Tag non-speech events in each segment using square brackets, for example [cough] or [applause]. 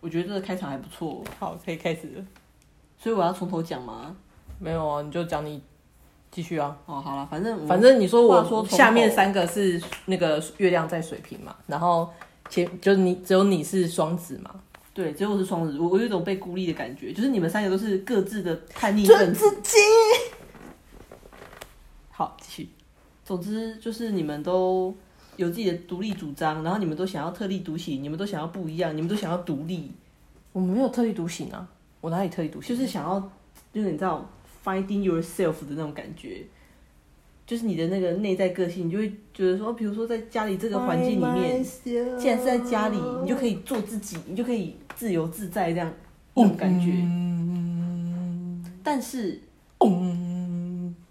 我觉得这个开场还不错，好，可以开始了。所以我要从头讲嘛。没有啊，你就讲你继续啊。哦，好了，反正我反正你说话说我从下面头三个是那个月亮在水瓶嘛，然后前就是你只有你是双子嘛，对，只有我是双子，我我有一种被孤立的感觉，就是你们三个都是各自的叛逆这分自子。己。好，继续。总之就是你们都有自己的独立主张，然后你们都想要特立独行，你们都想要不一样，你们都想要独立，我没有特立独行啊，我哪里特立独行？就是想要，就是你知道 finding yourself 的那种感觉。就是你的那个内在个性，你就会觉得说，哦比如说在家里这个环境里面，既然是在家里，你就可以做自己，你就可以自由自在这样那种感觉。但是，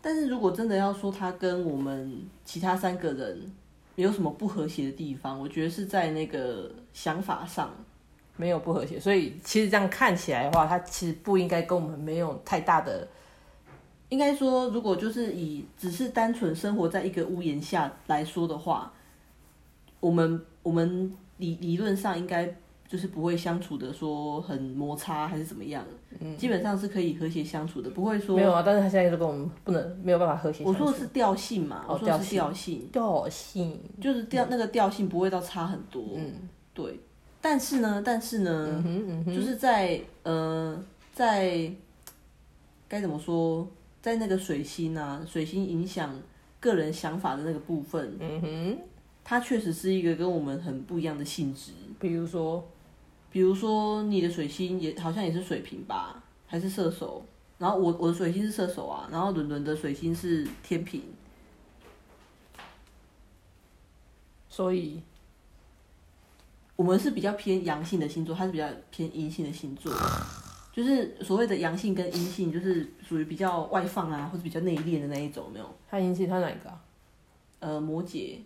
但是如果真的要说他跟我们其他三个人没有什么不和谐的地方，我觉得是在那个想法上。没有不和谐，所以其实这样看起来的话，它其实不应该跟我们没有太大的应该说，如果就是以只是单纯生活在一个屋檐下来说的话，我们我们理理论上应该就是不会相处的说很摩擦还是怎么样，基本上是可以和谐相处的，不会说嗯没有啊，但是他现在就跟我们不能没有办法和谐我相处。说的是调性嘛，哦我说的是调性，调性，就是调那个调性不会到差很多，嗯对。但是呢，但是呢，嗯哼嗯哼，就是在呃，在该怎么说，在那个水星啊，水星影响个人想法的那个部分，嗯哼，它确实是一个跟我们很不一样的性质。比如说，比如说你的水星也好像也是水瓶吧，还是射手？然后我我的水星是射手啊，然后伦伦的水星是天平，所以我们是比较偏阳性的星座，它是比较偏阴性的星座，就是所谓的阳性跟阴性，就是属于比较外放啊，或者比较内敛的那一种，有没有？他引起他哪一个、啊？呃摩羯。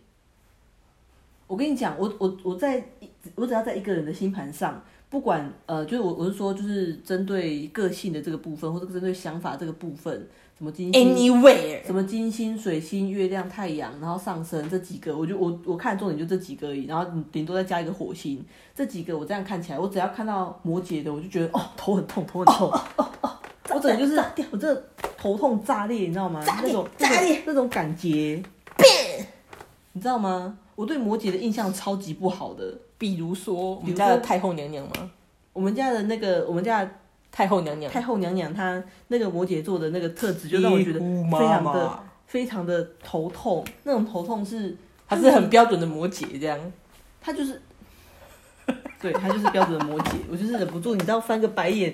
我跟你讲，我我我在一我只要在一个人的星盘上，不管呃，就是我我是说，就是针对个性的这个部分，或者针对想法这个部分，什么金星、 Anywhere，什么金星、水星、月亮、太阳，然后上升这几个，我就我我看重点就这几个而已，然后顶多再加一个火星，这几个我这样看起来，我只要看到摩羯的，我就觉得哦头很痛，头很哦痛，我整个就是我这头痛炸裂，你知道吗？炸裂那种炸裂那种那种感觉，你知道吗？我对摩羯的印象超级不好的，比如说我比们如家的说太后娘娘吗？我们家的那个我们家的太后娘娘，太后娘娘她那个摩羯座的那个特质，就让我觉得姑非妈常的。妈，非常的头痛，那种头痛是她是很标准的摩羯这样。他就是，对他就是标准的摩羯，我就是忍不住，你知道翻个白眼，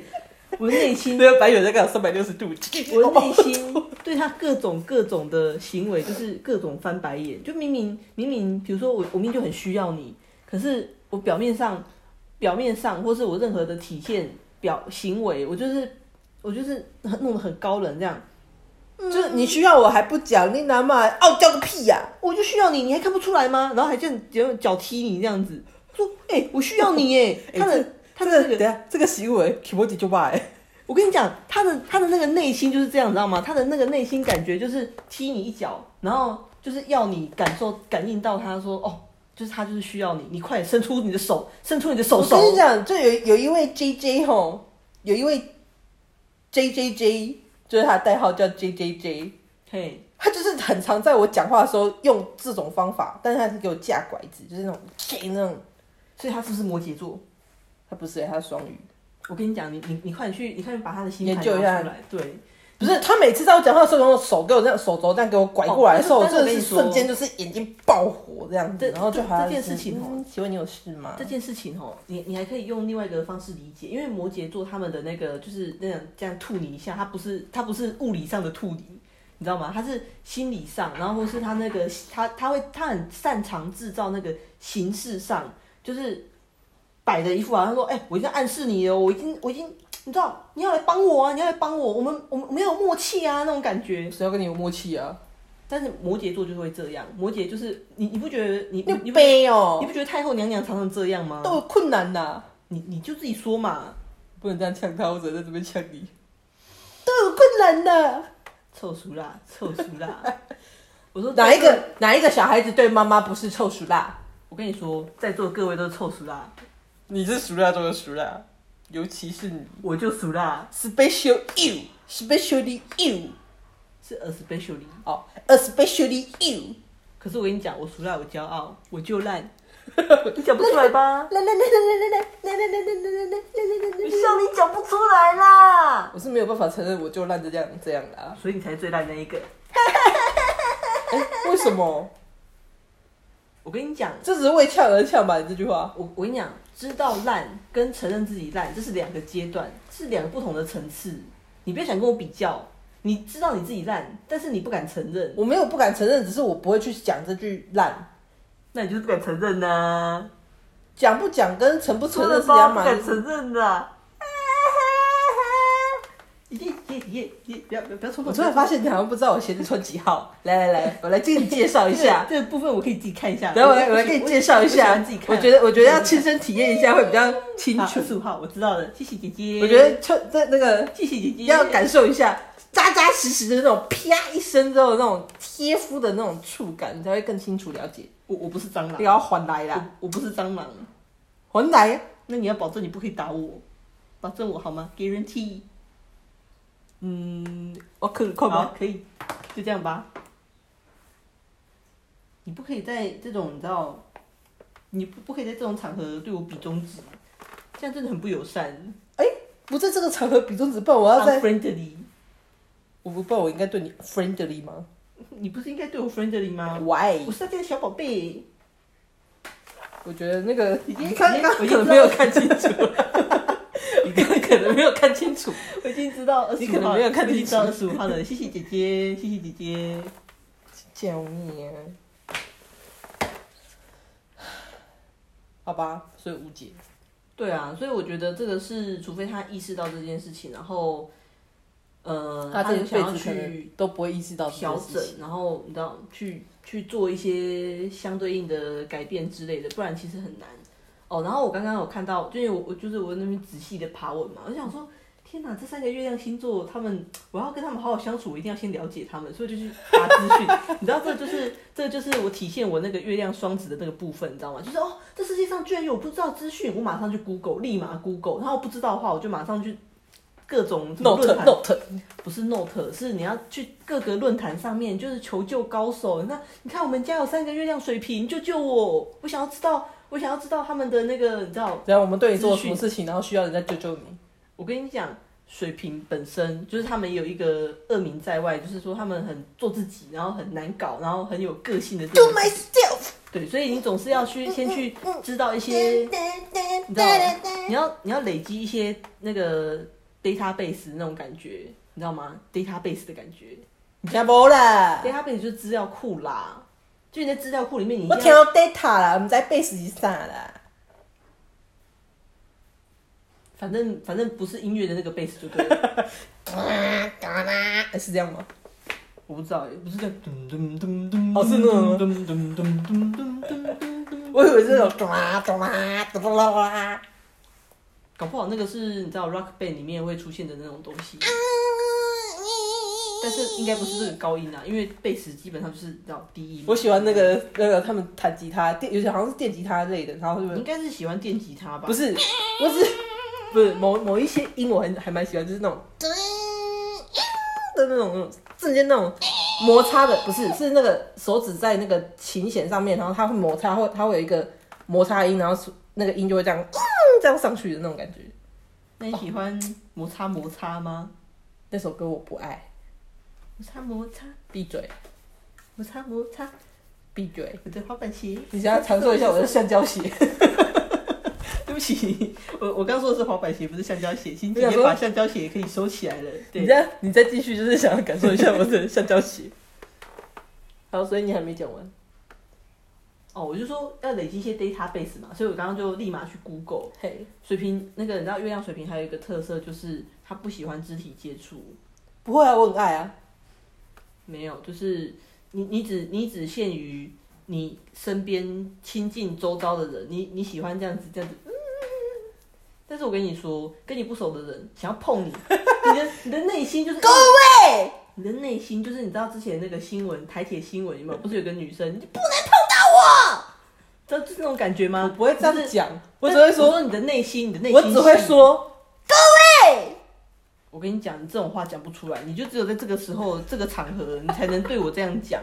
我的内心，那个白眼在干三百六十度，我的内心对他各种各种的行为就是各种翻白眼，就明明明明，比如说我我明明就很需要你，可是我表面上表面上或是我任何的体现表行为，我就是我就是很弄得很高冷这样，就是你需要我还不讲，你拿嘛傲娇个屁呀、我就需要你，你还看不出来吗？然后还这样脚脚踢你这样子，说哎、我需要你 [laughs] 哎，他的、他的那个等下这个行为 k i m o j i 就骂哎，我跟你讲，他的他的那个内心就是这样，你知道吗？他的那个内心感觉就是踢你一脚，然后就是要你感受感应到他说哦，就是他就是需要你，你快点伸出你的手，伸出你的手手我。跟你讲，就有有一位 J J 吼，有一位 J J J，就是他的代号叫 J J J，嘿，他就是很常在我讲话的时候用这种方法，但是他是给我架拐子，就是那种 J 那种，所以他是不是摩羯座？他不是、欸，他是双鱼，我跟你讲，你你你快点去，你快点把他的星研盘究一下拿出来。对，不是他每次在我讲话的时候用手给我这样手肘这样给我拐过来的时哦候，我但是真的但是是我跟你说瞬间就是眼睛爆火这样子，这然后就好像这件是事情哦嗯请问你有事吗这？件事情哦，你你还可以用另外一个方式理解，因为摩羯座他们的那个就是那样这样吐你一下，他不是他不是物理上的吐你，你知道吗？他是心理上，然后或是他那个 [laughs] 他他会他很擅长制造那个形式上，就是摆的一副好像说，哎、我已经暗示你了，我已经我已经，你知道你要来帮我啊，你要来帮我，我们我们没有默契啊那种感觉。谁要跟你有默契啊？但是摩羯座就会这样，摩羯就是你你不觉得你你你你不背哦你，不觉得太后娘娘常常这样吗？都有困难呐、你你就自己说嘛，不能这样呛他，我只能在这边呛你。都有困难的。臭熟啦，臭熟 [laughs] 啦。我说哪一？个哪一个小孩子对妈妈不是臭鼠辣？我跟你说，在座各位都是臭熟啦。你是熟辣中的熟辣，尤其是你我就熟啦， special you，specially you，是 especially。哦，especially you，可是我跟你讲，我熟辣，我骄傲，我就烂，你讲不出来吧？来来来来来来来来来来来来来来你来笑你讲不出来啦，我是没有办法承认我就烂这样这样的 [laughs] 啊，所以你才最烂那一个。为什么？我跟你讲，这只是为呛而呛吧？你这句话，我我跟你讲，知道烂跟承认自己烂，这是两个阶段，是两个不同的层次。你不要想跟我比较，你知道你自己烂，但是你不敢承认，我没有不敢承认，只是我不会去讲这句烂，那你就是不敢承认呐、讲不讲跟承不承认是说了两吧不码敢事。承认的。耶耶耶耶！不要不要不要冲我动！突然发现你好像不知道我鞋子穿几号。来来来，我来给你介绍一这个下。这个部分我可以自己看一下。等一下我来我来给你介绍一我喜下欢自己，看我觉得我觉得要亲身体验一下会比较清楚二。十五号，我知道了，谢谢姐姐。我觉得穿在那个谢谢姐姐要感受一下扎扎实实的那种啪一声之后那种贴肤的那种触感，你才会更清楚了解。我我不是蟑你螂，要还来啦，我我不是蟑螂，还来，那你要保证你不可以打我，保证我好吗？Guarantee。嗯，我哦可快好吗？，可以，就这样吧。你不可以在这种你知道，你不不可以在这种场合对我比中指，这样真的很不友善。哎不在这个场合比中啊指，不然我要在， friendly，我不不然我应该对你 friendly 吗你不是应该对我 friendly 吗？ ？Why？我是大家的小宝贝。我觉得那个已经你刚已经刚我已可经知能没道有看清 [laughs] 楚，你刚刚可能没有看清楚。我已经知道二你十可五能号，没有看我已经清知道楚二十五号了。谢谢姐姐，谢谢姐姐。救命、啊！好吧，所以无解。对啊，所以我觉得这个是，除非他意识到这件事情，然后，呃，嗯他这有一想辈要子可去能都不会意识到这件调事整情，，然后你知道去去做一些相对应的改变之类的，不然其实很难。哦，然后我刚刚有看到，就因为我我就是我那边仔细的爬文嘛，我就想说，天哪，这三个月亮星座，他们我要跟他们好好相处，我一定要先了解他们，所以就去查资讯。 [laughs] 你知道，这就是这就是我体现我那个月亮双子的那个部分，你知道吗？就是哦，这世界上居然有我不知道资讯，我马上去 Google，立马 Google，然后不知道的话，我就马上去各种什么 note 论坛 note，不是 Note，是你要去各个论坛上面，就是求救高手。那你看我们家有三个月亮水瓶，救救我！我想要知道，我想要知道他们的那个，你知道？然后我们对你做了资什讯么事情，然后需要人家救救你。我跟你讲，水瓶本身就是他们有一个恶名在外，就是说他们很做自己，然后很难搞，然后很有个性的这种。 myself，对，所以你总是要去先去知道一些你知道，你要你要累积一些那个 database 那种感觉，你知道吗？database 的感觉。你听无啦？ database 就是资料库啦，就你在资料库里面你一我啊定听要，到 data 啦，我们在 base 是啥啦？反正反正不是音乐的那个 base 就对了。哎是这样吗？我不知道耶，不是这样。哦是那种吗我以为是那种抓抓抓抓抓。搞不好那个是你知道 rock band 里面会出现的那种东西，但是应该不是这个高音啊，因为 bass 基本上就是你知道低音嘛。我喜欢那个那个他们弹吉他，电尤其好像是电吉他类的，然后就你应该是喜欢电吉他吧？不是，我只是不是某某一些音我很还蛮喜欢，就是那种噔的那种那种瞬间那种摩擦的，不是是那个手指在那个琴弦上面，然后它会摩擦，会它会有一个摩擦音，然后是那个音就会这样、嗯这样上去的那种感觉。那你喜欢摩擦摩擦吗？那首歌我不爱，摩擦摩擦闭嘴摩擦摩擦，哎闭嘴！我的滑板鞋。你想要尝受一下我的橡胶鞋？对不起，我我刚说的是滑板鞋，不是橡胶鞋。请姐我想姐说把橡胶鞋也可以收起来了。你对，再你再继续，就是想要感受一下我 [laughs] 的橡胶鞋。好，所以你还没讲完，哦，我就说要累积一些 database 嘛，所以我刚刚就立马去 Google 嘿，水瓶那个，你知道月亮水瓶还有一个特色就是他不喜欢肢体接触，不会啊，我很爱啊。没有，就是你你只你只限于你身边亲近周遭的人，你你喜欢这样子这样子。嗯但是我跟你说，跟你不熟的人想要碰 [laughs] 你，你的你的内心就是啊对。你的内心就是你知道之前那个新闻台铁新闻有没有？不是有个女生你就不能碰到我，这就是那种感觉吗？我不会这样就是，讲，我只会但我说，你的内心，你的内心，我只会。说，我跟你讲，你这种话讲不出来，你就只有在这个时候、这个场合，你才能对我这样 [laughs] 讲。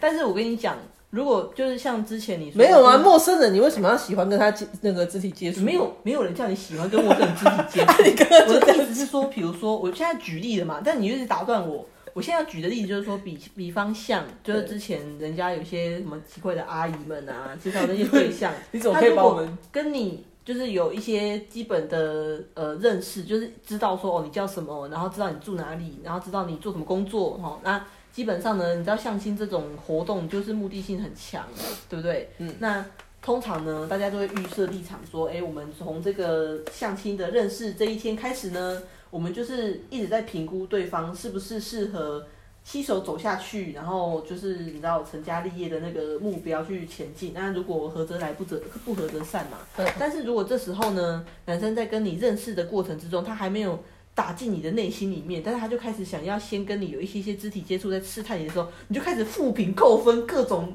但是我跟你讲，如果就是像之前你说没有啊，嗯陌生人你为什么要喜欢跟他接那个肢体接触？没有没有人叫你喜欢跟陌生人肢体接触。 [laughs] 你刚刚我就的意思是说，比如说，我现在举例了嘛，但你一直打断我。我现在举的例子就是说比，比方像，就是之前人家有些什么奇怪的阿姨们啊，介绍那些对象，你怎么可以把我们跟你就是有一些基本的呃认识，就是知道说哦你叫什么，然后知道你住哪里，然后知道你做什么工作哈、哦。那基本上呢，你知道相亲这种活动就是目的性很强，对不对？嗯。那通常呢，大家都会预设立场说，哎，我们从这个相亲的认识这一天开始呢，我们就是一直在评估对方是不是适合。携手走下去，然后就是你知道成家立业的那个目标去前进。那如果合则来，不则不合则散嘛。但是如果这时候呢，男生在跟你认识的过程之中，他还没有打进你的内心里面，但是他就开始想要先跟你有一些些肢体接触，在试探你的时候，你就开始负评扣分，各种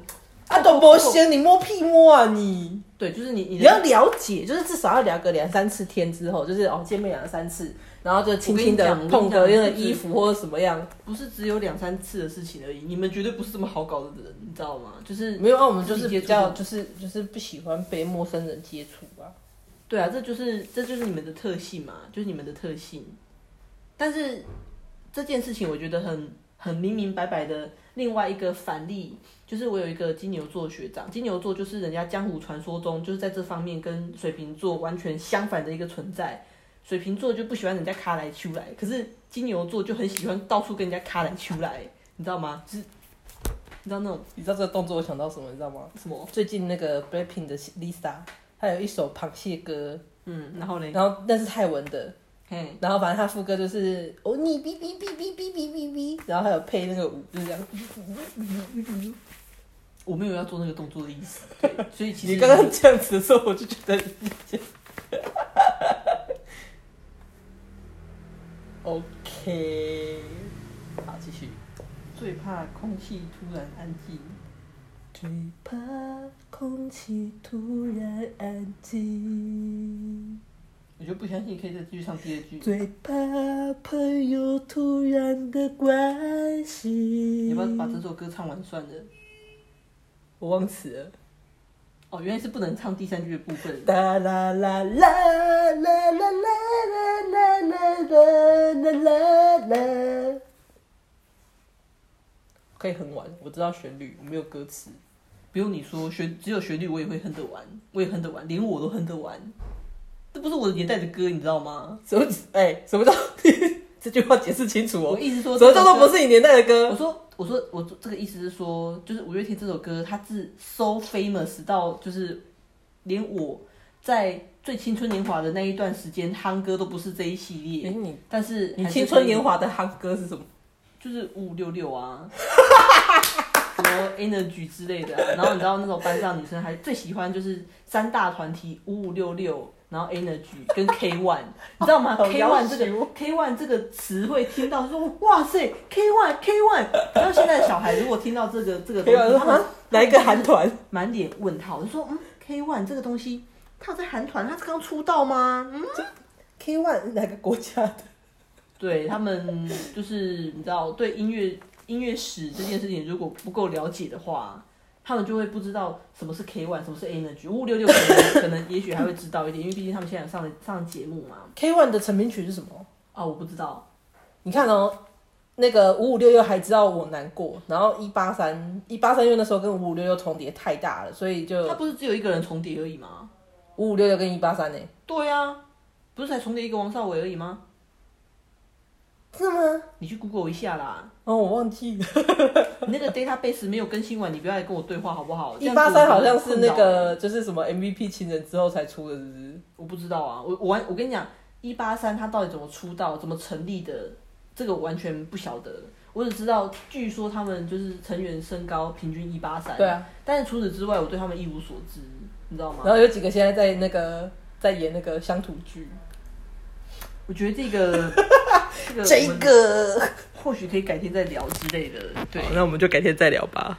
啊，董博先，你摸屁摸啊你！对，就是你你你的要了解，就是至少要聊个两三次天之后，就是哦见面两三次，然后就轻轻的我跟你讲碰个我跟你那讲个衣服或者什么样。不是只有两三次的事情而已，你们绝对不是这么好搞的人，你知道吗？就是没有啊，我们就是比较肢体接触就是就是不喜欢被陌生人接触啊。对啊，这就是这就是你们的特性嘛，就是你们的特性。但是这件事情，我觉得很很明明白白的。另外一个反例就是，我有一个金牛座学长，金牛座就是人家江湖传说中就是在这方面跟水瓶座完全相反的一个存在。水瓶座就不喜欢人家卡来出来，可是金牛座就很喜欢到处跟人家卡来出来，你知道吗？就是你知道那种你知道这个动作我想到什么？你知道吗？什么？最近那个 Blackpink 的 Lisa，她有一首螃蟹歌，嗯，然后嘞，然后那是泰文的，嘿，然后反正她副歌就是哦你哔哔哔哔哔哔哔哔，然后还有配那个舞，就是这样。我没有要做那个动作的意思，对，所以其实你刚刚这样子的时候，我就觉 [laughs] 得你这 OK，好，继续。最怕空气突然安静。最怕空气突然安静，我就不相信可以再继续唱第二句。最怕朋友突然的关心。你要不要把这首歌唱完算了？我忘词了。哦，原来是不能唱第三句的部分。哒啦啦啦啦啦啦啦啦啦啦啦啦。可以很晚，我知道旋律，我没有歌词。不用你说，旋只有旋律我也会哼得完，我也哼得完，连我都哼得完。这不是我的年代的歌，你知道吗？什么？哎、什么叫？ [laughs] 这句话解释清楚我哦。意思说，什么叫做不是？是你年代的歌我？说，我说，我这个意思是说，就是五月天这首歌，它是 so famous 到就是连我在最青春年华的那一段时间，夯歌都不是这一系列。哎、你但是你还是青春可以年华的哈歌是什么？就是五五六六啊，什么 Energy 之类的啊、然后你知道那时候班上女生还最喜欢就是三大团体五五六六，然后 Energy 跟 K One，你知道吗好？K One 这要个 K One 这个词汇听到说哇塞 K One K One，然后现在小孩如果听到这个这个可以东西，说他们哈，啊来一个韩团，满脸问号，就说嗯 K One 这个东西，他有在韩团，他是刚出道吗？嗯， K One 哪个国家的？对他们就是你知道，对音乐音乐史这件事情如果不够了解的话，他们就会不知道什么是 K One，什么是 Energy。五五六六可能可能也许还会知道一点，因为毕竟他们现在有上上节目嘛。 K One 的成名曲是什么？啊、我不知道，你看哦，那个五五六六还知道我难过，然后一八三一八三因为那时候跟五五六六重叠太大了，所以就他不是只有一个人重叠而已吗？五五六六跟一八三欸呢？对呀、啊，不是才重叠一个王少伟而已吗？是吗？你去 Google 一下啦，哦，我忘记了。你那个 database 没有更新完，你不要来跟我对话好不好？这一样子八我三就好像是困扰那个就是什么 MVP 情人之后才出的，是不是？我不知道啊，我我完我跟你讲，一八三他到底怎么出道、怎么成立的，这个我完全不晓得。我只知道，据说他们就是成员身高平均一八三，对啊。但是除此之外，我对他们一无所知，你知道吗？然后有几个现在在那个在演那个乡土剧，我觉得这 [laughs] 个这个我们个或许可以改天再聊之类的，对。好，那我们就改天再聊吧。